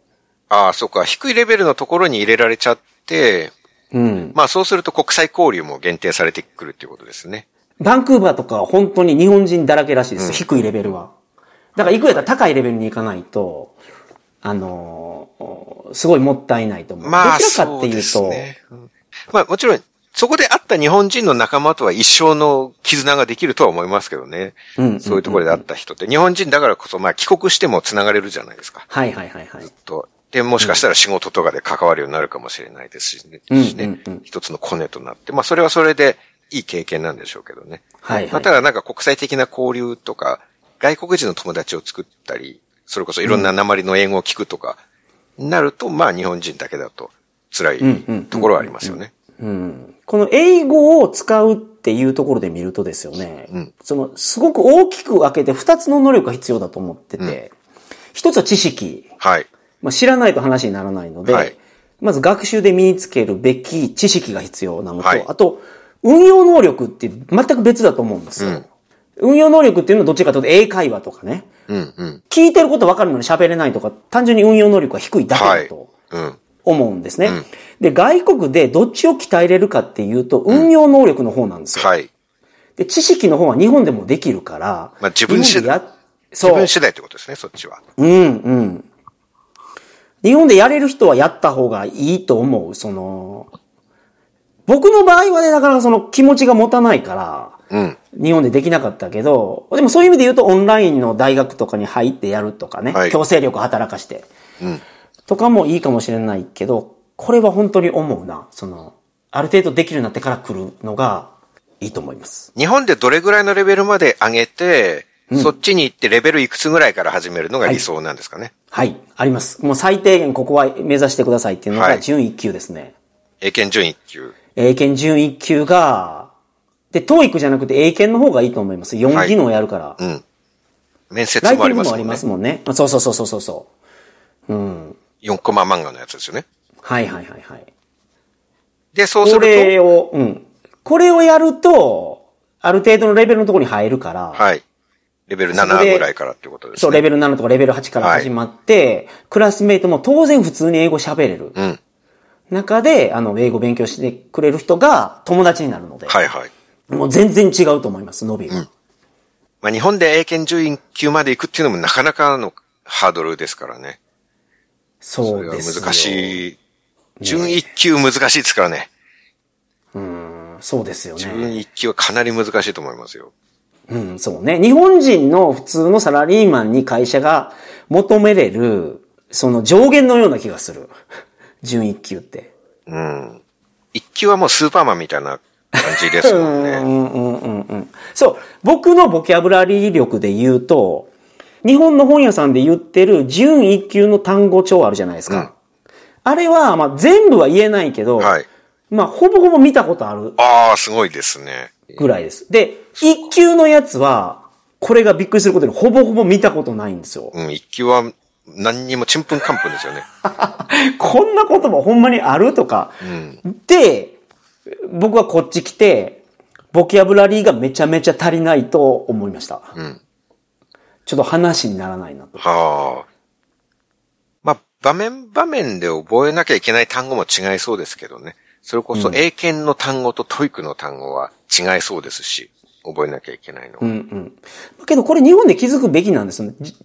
S2: ああ、そうか。低いレベルのところに入れられちゃって、
S1: うん。
S2: まあそうすると国際交流も限定されてくるっていうことですね。
S1: バンクーバーとかは本当に日本人だらけらしいです。低いレベルは。だから、いくらやったら高いレベルに行かないと、あのーすごいもったいないと思う。
S2: まあ、
S1: どちらかっていうと、
S2: そうですねうんまあもちろん、そこで会った日本人の仲間とは一生の絆ができるとは思いますけどね。
S1: うん
S2: そういうところで会った人って。日本人だからこそ、まあ帰国しても繋がれるじゃないですか。
S1: はいはいはいはい。
S2: と。で、もしかしたら仕事とかで関わるようになるかもしれないですしね。
S1: うん
S2: しね
S1: うんうん
S2: 一つのコネとなって。まあそれはそれでいい経験なんでしょうけどね。
S1: はいはい
S2: まあただなんか国際的な交流とか、外国人の友達を作ったり、それこそいろんな鉛の英語を聞くとか、なると、まあ日本人だけだと辛い
S1: うん
S2: ところはありますよね。
S1: うん。この英語を使うっていうところで見るとですよね。
S2: うん
S1: その、すごく大きく分けて二つの能力が必要だと思ってて、一、つは知識。
S2: はい。
S1: まあ、知らないと話にならないので、
S2: はい
S1: まず学習で身につけるべき知識が必要なのと、
S2: はい
S1: あと、運用能力って全く別だと思うんですよ。
S2: うん
S1: 運用能力っていうのはどっちかというと英会話とかね。
S2: うん、うん。
S1: 聞いてること分かるのに喋れないとか、単純に運用能力が低いだけ
S2: は
S1: だ
S2: い
S1: と。。
S2: うん。
S1: 思うんですね。で、外国でどっちを鍛えれるかっていうと、運用能力の方なんですよ。
S2: はい。
S1: で、知識の方は日本でもできるから、
S2: まあ自分次
S1: 日本
S2: 第
S1: でや
S2: 自
S1: そう
S2: 分。次第ってことですね、そっちは。
S1: うん、うん。日本でやれる人はやった方がいいと思う。その、僕の場合はね、なかなかその気持ちが持たないから、
S2: うん。
S1: 日本でできなかったけど、でもそういう意味で言うとオンラインの大学とかに入ってやるとかね、
S2: はい
S1: 強制力働かして、
S2: うん
S1: とかもいいかもしれないけど、これは本当に思うな。その、ある程度できるようになってから来るのがいいと思います。
S2: 日本でどれぐらいのレベルまで上げて、そっちに行ってレベルいくつぐらいから始めるのが理想なんですかね。
S1: はい、あります。もう最低限ここは目指してくださいっていうの
S2: は
S1: が
S2: い
S1: 準1級ですね。
S2: 英検準一級。
S1: 英検準1級が、で、トーイックじゃなくて英検の方がいいと思います。4技能やるから。
S2: うん。面接
S1: ライテ
S2: もあ
S1: ィ
S2: り
S1: ング
S2: ます
S1: もあ
S2: も
S1: り
S2: ん
S1: ま
S2: ね
S1: す。もんね。そうそうそうそうそうそう。
S2: 4コマ漫画のやつですよね。
S1: はいはいはいはい。
S2: で、そうす
S1: これ
S2: る
S1: を、うん。これをやると、ある程度のレベルのところに入るから、
S2: と、はい。レベル
S1: そこ
S2: 7
S1: で
S2: ぐらいからってことですね。
S1: そう、レベル7とかレベル8から始まって、クラスメイトも当然普通に英語喋れる
S2: うん。
S1: 中で、あの、英語勉強してくれる人が友達になるので、
S2: はいはい。
S1: もう全然違うと思います、伸びが。
S2: まあ、日本で英検準一級まで行くっていうのもなかなかのハードルですからね。
S1: そ
S2: これ
S1: う
S2: は
S1: ですよ。
S2: 難しい。準一級難しいですからね。
S1: うん、そうですよね。
S2: 準一級はかなり難しいと思いますよ。
S1: うん、そうね。日本人の普通のサラリーマンに会社が求めれる、その上限のような気がする。 準一級って。
S2: うん。一級はもうスーパーマンみたいな感じですもん
S1: う
S2: ね。
S1: んうんうんうん。そう。僕のボキャブラリー力で言うと、日本の本屋さんで言ってる準一級の単語帳あるじゃないですか。
S2: うん
S1: あれは、まあ、全部は言えないけど、
S2: はい。
S1: まあ、ほぼほぼ見たことある
S2: ああ、すごいですね。
S1: ぐらいです。で、一級のやつは、これがびっくりすることにほぼほぼ見たことないんですよ。
S2: うん、一級は何にもちんぷんかんぷんですよね。
S1: こんな言葉ほんまにあるとか。
S2: うん。
S1: で、僕はこっち来て、ボキャブラリーがめちゃめちゃ足りないと思いました。
S2: うん。
S1: ちょっと話にならないなと。
S2: はあ。まあ、場面場面で覚えなきゃいけない単語も違いそうですけどね。それこそ英検の単語とトイックの単語は違いそうですし、覚えなきゃいけないの
S1: う
S2: は。
S1: んうん。だけどこれ日本で気づくべきなんですよね。じ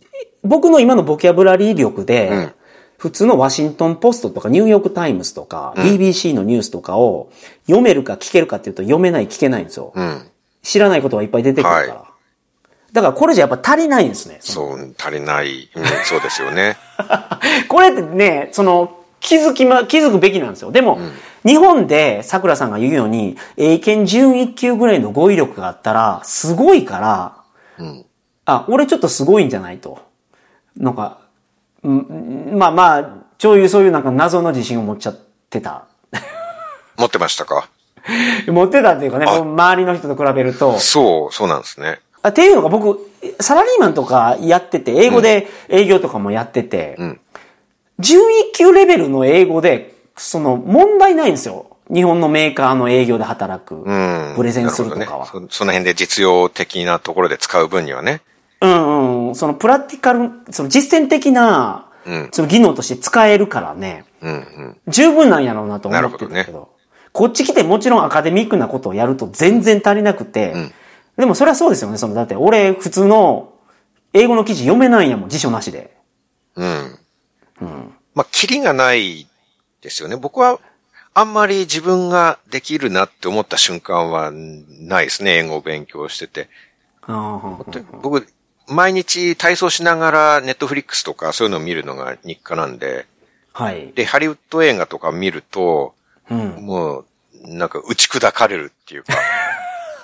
S1: 僕の今のボキャブラリー力で、
S2: うん
S1: 普通のワシントンポストとかニューヨークタイムズとか、BBC のニュースとかを読めるか聞けるかっていうと読めない聞けないんですよ。
S2: うん。
S1: 知らないことがいっぱい出てくるから。
S2: は
S1: だからこれじゃやっぱ足りないんですね。
S2: そう、足りない。うん、そうですよね。
S1: これってね、その、気づきま、気づくべきなんですよ。でも、日本で桜さんが言うように、英検準一級ぐらいの語彙力があったら、すごいから、
S2: うん。
S1: あ、俺ちょっとすごいんじゃないと。なんか、うん、まあまあ、そういう、そういうなんか謎の自信を持っちゃってた。
S2: 持ってましたか
S1: 持ってたっていうかね、こう周りの人と比べると。
S2: そう、そうなんですね。
S1: あっていうのが僕、サラリーマンとかやってて、英語で営業とかもやってて、
S2: ん
S1: 準一級レベルの英語で、その問題ないんですよ。日本のメーカーの営業で働く、
S2: うん。
S1: プレゼンすると
S2: な
S1: か
S2: ほ
S1: は。
S2: どねそ。その辺で実用的なところで使う分にはね。
S1: うんうん。そのプラクティカル、その実践的な、
S2: うん
S1: その技能として使えるからね、
S2: うん、うん。
S1: 十分なんやろうなと思ってたけど、
S2: なるほど
S1: こっち来てもちろんアカデミックなことをやると全然足りなくて、
S2: ん
S1: でもそれはそうですよね。その、だって俺普通の英語の記事読めないんやもん、辞書なしで。
S2: うん。まあ、キリがないですよね。僕は、あんまり自分ができるなって思った瞬間はないですね。英語を勉強してて。
S1: ああ、
S2: 僕、毎日体操しながらネットフリックスとかそういうのを見るのが日課なんで、
S1: はい。
S2: で、ハリウッド映画とか見ると、
S1: うん。
S2: もう、なんか打ち砕かれるっていう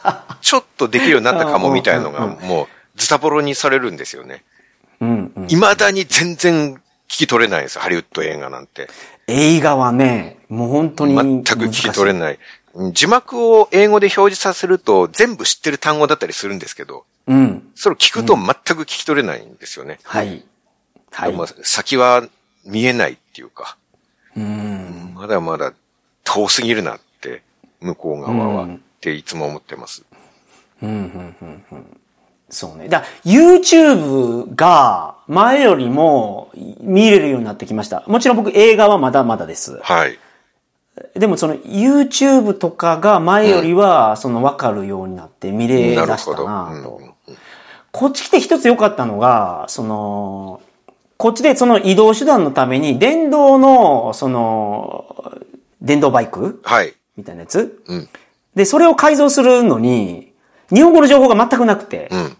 S2: か、 ちょっとできるようになったかもみたいのが、もう、ズタボロにされるんですよね。
S1: うん、うん。
S2: 未だに全然聞き取れないんですよ、ハリウッド映画なんて。
S1: 映画はね、もう本当に
S2: 全く聞き取れない。うん字幕を英語で表示させると全部知ってる単語だったりするんですけど、
S1: い。うん。
S2: それを聞くと全く聞き取れないんですよね。
S1: はい。はい。
S2: でも先は見えないっていうか、
S1: うん。
S2: まだまだ遠すぎるなって、向こう側は
S1: うん
S2: っていつも思ってます。
S1: うん、うん、うん、うん。そうね。だから YouTube が前よりも見れるようになってきました。もちろん僕映画はまだまだです。
S2: はい。
S1: でもその YouTube とかが前よりはその分かるようになって見れ
S2: なる
S1: だし
S2: ほ
S1: た
S2: ど。
S1: なと。
S2: うん
S1: こっち来て一つ良かったのが、その、こっちでその移動手段のために電動の、その、電動バイク
S2: はい。
S1: みたいなやつ
S2: うん。
S1: で、それを改造するのに、日本語の情報が全くなくて、
S2: うん。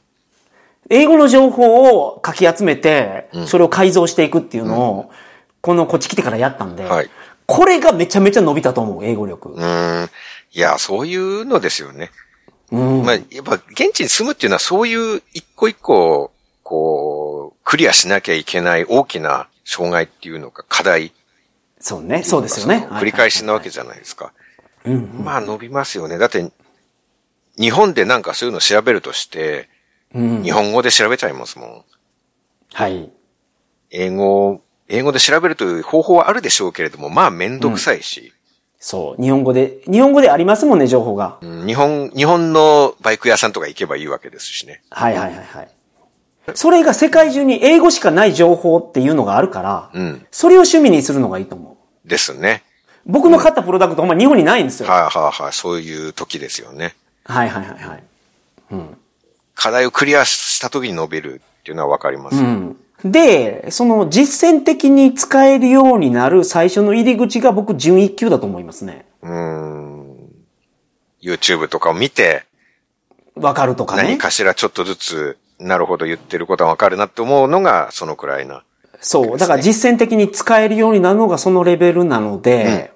S1: 英語の情報をかき集めて、それを改造していくっていうのを、このこっち来てからやったんで、
S2: はい
S1: これがめちゃめちゃ伸びたと思う、英語力
S2: う。ーん。いや、そういうのですよね。
S1: うん。
S2: まあ、やっぱ、現地に住むっていうのはそういう一個一個、こう、クリアしなきゃいけない大きな障害っていうのか、課題
S1: そうね、そうですよね
S2: そ。の繰り返しなわけ
S1: じ
S2: じゃないですか。
S1: ゃ。うん。
S2: まあ伸びますよね。だって、日本でなんかそういうの調べるとして、
S1: うん。
S2: 日本語で調べちゃいますもん。
S1: はい。
S2: 英語、英語で調べるという方法はあるでしょうけれども、まあめんどくさいし、
S1: そう。日本語で、日本語でありますもんね、情報が。
S2: うん日本、日本のバイク屋さんとか行けばいいわけですしね。
S1: はいはいはいはい。それが世界中に英語しかない情報っていうのがあるから、
S2: うん。
S1: それを趣味にするのがいいと思う。
S2: ですね。
S1: 僕の買ったプロダクト、ほんま日本にないんですよ。
S2: はい、はいはい、そういう時ですよね。
S1: はいはいはいはい。
S2: 課題をクリアした時に伸びるっていうのはわかります。
S1: うん。で、その実践的に使えるようになる最初の入り口が僕準一級だと思いますね。
S2: うん。YouTube とかを見て、
S1: わかるとか
S2: 何
S1: ね。
S2: かしらちょっとずつ、なるほど言ってることはわかるなって思うのが、そのくらいな。
S1: そう。だから実践的に使えるようになるのがそのレベルなので、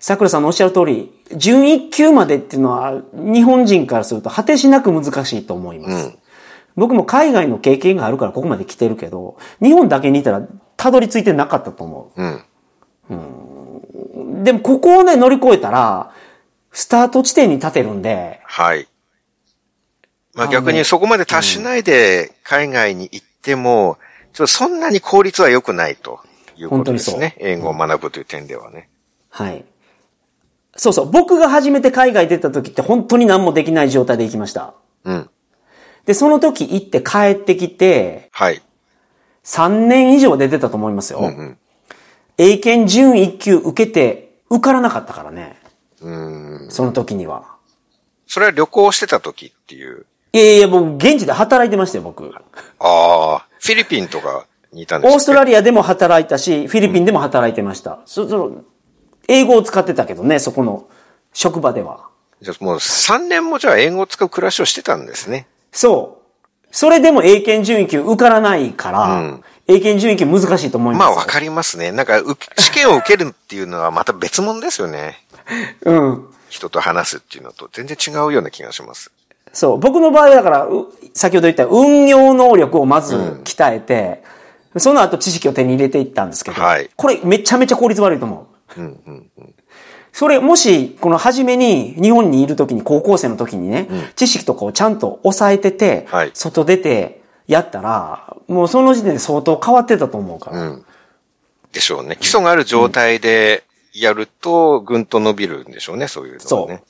S1: 桜さんのおっしゃる通り、準一級までっていうのは日本人からすると果てしなく難しいと思います。僕も海外の経験があるからここまで来てるけど、日本だけにいたらたどり着いてなかったと思う。
S2: うん。
S1: でもここをね、乗り越えたら、スタート地点に立てるんで、
S2: はい。まあ
S1: あの
S2: 逆にそこまで達しないで、海外に行っても、ちょっとそんなに効率は良くないということですね。英語を学ぶという点ではね。
S1: はい。そうそう。僕が初めて海外出た時って本当に何もできない状態で行きました。
S2: うん。
S1: で、その時行って帰ってきて、
S2: はい。
S1: 3年以上は出てたと思いますよ。
S2: うん
S1: 英検準1級受けて受からなかったからね。
S2: うん。
S1: その時には。
S2: それは旅行してた時っていう。
S1: いやいや、僕、現地で働いてましたよ、僕。
S2: ああ、フィリピンとかにいたんです
S1: オーストラリアでも働いたし、フィリピンでも働いてました。そその英語を使ってたけどね、そこの職場では。
S2: じゃあもう3年もじゃあ英語を使う暮らしをしてたんですね。
S1: そう。それでも英検準1級受からないから、
S2: うん
S1: 英検準1級難しいと思います
S2: ま
S1: よ。
S2: あわかりますね。なんか、う試験を受けるっていうのはまた別物ですよね。
S1: うん。
S2: 人と話すっていうのと全然違うような気がします。
S1: そう。僕の場合はだから、う先ほど言った運用能力をまず鍛えて、その後知識を手に入れていったんですけど、
S2: はい
S1: これめちゃめちゃ効率悪いと思う。それ、もし、この初めに、日本にいる時に、高校生の時にね、知識とかをちゃんと抑えてて、
S2: はい
S1: 外出てやったら、もうその時点で相当変わってたと思うから。
S2: うん。でしょうね。基礎がある状態でやるとぐんと伸びるんでしょうね、そういうのはね。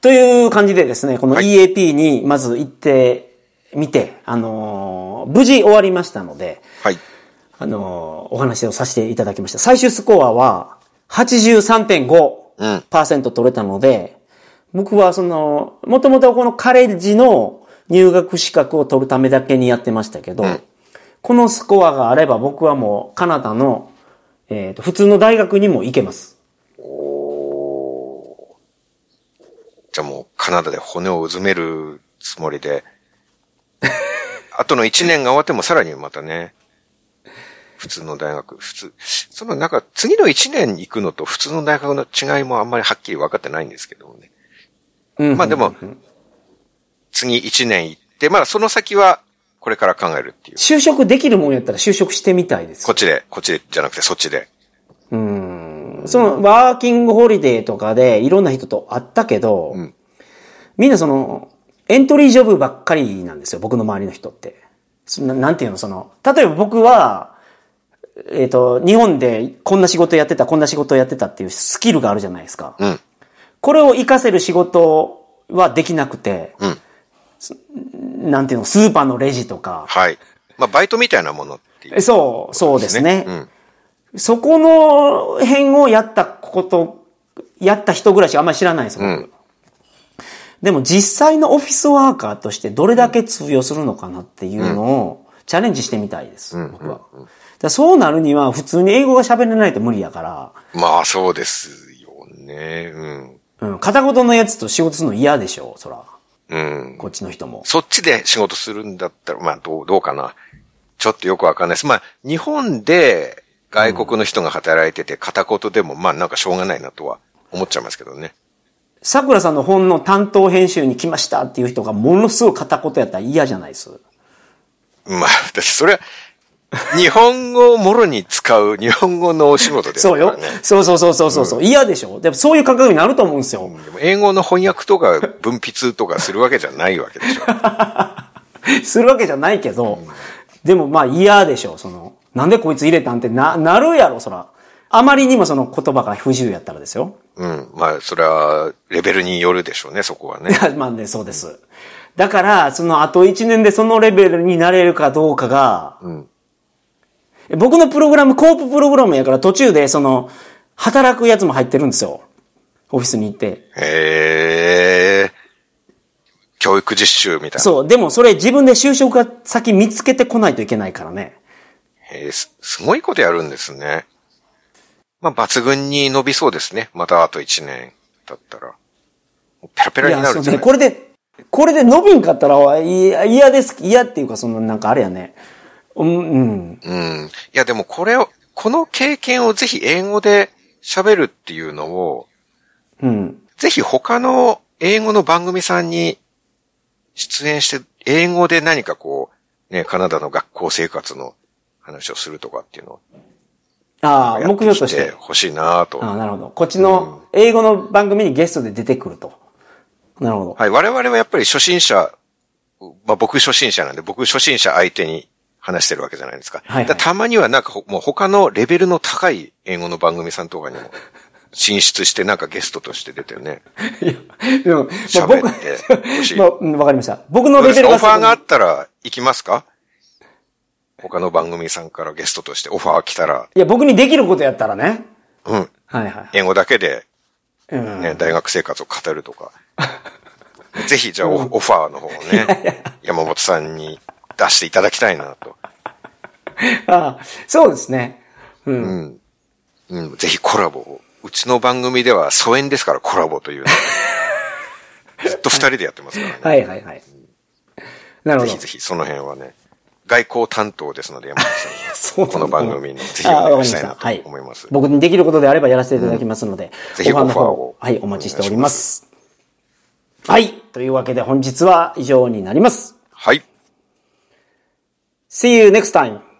S1: という感じでですね、この
S2: はい
S1: EAP にまず行ってみて、あのー無事終わりましたので、
S2: はい。
S1: あのーお話をさせていただきました。最終スコアは83.5%取れたので、僕はその、もともとこのカレッジの入学資格を取るためだけにやってましたけど、このスコアがあれば僕はもうカナダの、えーと普通の大学にも行けます。
S2: じゃあもうカナダで骨をうずめるつもりで。 あとの1年が終わってもさらにまたね、普通の大学、普通、そのなんか次の1年行くのと普通の大学の違いもあんまりはっきり分かってないんですけどもね。
S1: うん
S2: まあでも、次1年行って、まだその先はこれから考えるっていう。
S1: 就職できるもんやったら就職してみたいです
S2: こっ。ちで、こっちでじゃなくてそっちで。
S1: そのワーキングホリデーとかでいろんな人と会ったけど、
S2: ん
S1: みんなそのエントリージョブばっかりなんですよ、僕の周りの人って。そななんていうの、その、例えば僕は、えっ、と、日本でこんな仕事やってた、こんな仕事やってたっていうスキルがあるじゃないですか。
S2: うん。
S1: これを活かせる仕事はできなくて、
S2: うん。
S1: すなんていうの、スーパーのレジとか、
S2: はい。まあ、バイトみたいなものっていう、
S1: えそう、そうですね。
S2: うん。
S1: そこの辺をやったこと、やった人ぐらいしかあんまり知らないんですよ、僕
S2: うん
S1: でも実際のオフィスワーカーとしてどれだけ通用するのかなっていうのをチャレンジしてみたいです、僕は。だからそうなるには普通に英語が喋れないと無理やから、
S2: まあ、そうですよね。うん。
S1: うん、片言のやつと仕事するの嫌でしょ、そら。
S2: うん。
S1: こっちの人も。
S2: そっちで仕事するんだったら、まあ、どう、どうかな。ちょっとよくわかんないです。まあ、日本で外国の人が働いてて、片言でも、まあ、なんかしょうがないなとは思っちゃいますけどね。
S1: 桜さんの本の担当編集に来ましたっていう人がものすごい片言やったら嫌じゃないです。
S2: まあ、私、それは、日本語をもろに使う、日本語のお仕事です
S1: そ
S2: か
S1: う
S2: ら
S1: よ
S2: ね。。
S1: そうそうそうそうそうそう。嫌でしょでもそういう感覚になると思うんですよ。
S2: でも英語の翻訳とか文筆とかするわけじゃないわけでしょ。
S1: するわけじゃないけど、でもまあ嫌でしょ、その。なんでこいつ入れたんってな、なるやろ、そら。あまりにもその言葉が不自由やったらですよ。
S2: うん。まあ、それは、レベルによるでしょうね、そこはね。
S1: まあね、そうです。だから、そのあと1年でそのレベルになれるかどうかが、僕のプログラム、コーププログラムやから途中でその、働くやつも入ってるんですよ。オフィスに行って。
S2: へえ。教育実習みたいな。
S1: そう。でもそれ自分で就職が先見つけてこないといけないからね。
S2: へえ、す、すごいことやるんですね。まあ、抜群に伸びそうですね。またあと1年経ったら。もうペラペラにな
S1: い
S2: るじ
S1: や、そ
S2: ゃ
S1: う
S2: な
S1: ね、
S2: い
S1: これで、これで伸びんかったら、おいいや嫌です、嫌っていうか、その、なんかあれやね。うん、うん。
S2: うん。いや、でもこれを、この経験をぜひ英語で喋るっていうのを、
S1: うん。
S2: ぜひ他の英語の番組さんに出演して、英語で何かこう、ね、カナダの学校生活の話をするとかっていうのを
S1: ああ、
S2: やっ
S1: 目標として
S2: き
S1: て。
S2: 欲しいなと。
S1: ああ、なるほど。こっちの、英語の番組にゲストで出てくると。なるほど。
S2: はい、我々はやっぱり初心者、まあ僕初心者なんで、僕初心者相手に話してるわけじゃないですか。
S1: はいはい
S2: だからたまにはなんかほもう他のレベルの高い英語の番組さんとかにも進出してなんかゲストとして出てね。
S1: でも、まあ、
S2: 喋
S1: 僕、
S2: ってほし い
S1: まあうんわかりました。僕の
S2: どう
S1: レ
S2: です
S1: ベル
S2: か
S1: が
S2: オ
S1: す
S2: フ
S1: ごい
S2: ァーがあったら行きますか他の番組さんからゲストとしてオファー来たら、
S1: いや、僕にできることやったらね。
S2: うん、
S1: はいはい。
S2: 英語だけで、
S1: うん
S2: ね、大学生活を語る とか。ぜひじゃあオオファーの方をね、山本さんに出していただきたいなと。
S1: ああ、そうですね。うん。
S2: うん、ぜひコラボを。うちの番組では疎遠ですから、コラボと いうのは。ずっと二人でやってますからね。
S1: はいはいはい。なるほ
S2: ぜ
S1: ど
S2: ひ。ぜひ、その辺はね。外交担当ですので、山 本さんは。この番組の、ぜひお
S1: あわかり
S2: 願
S1: ま
S2: いし
S1: した
S2: い
S1: た
S2: なと
S1: はい
S2: 思います。
S1: 僕にできることであればやらせていただきますので、
S2: ぜひ
S1: オファーの
S2: オファ
S1: 方
S2: ーを
S1: はい、お待ちしております。はい。というわけで本日は以上になります。
S2: はい。
S1: See you next time!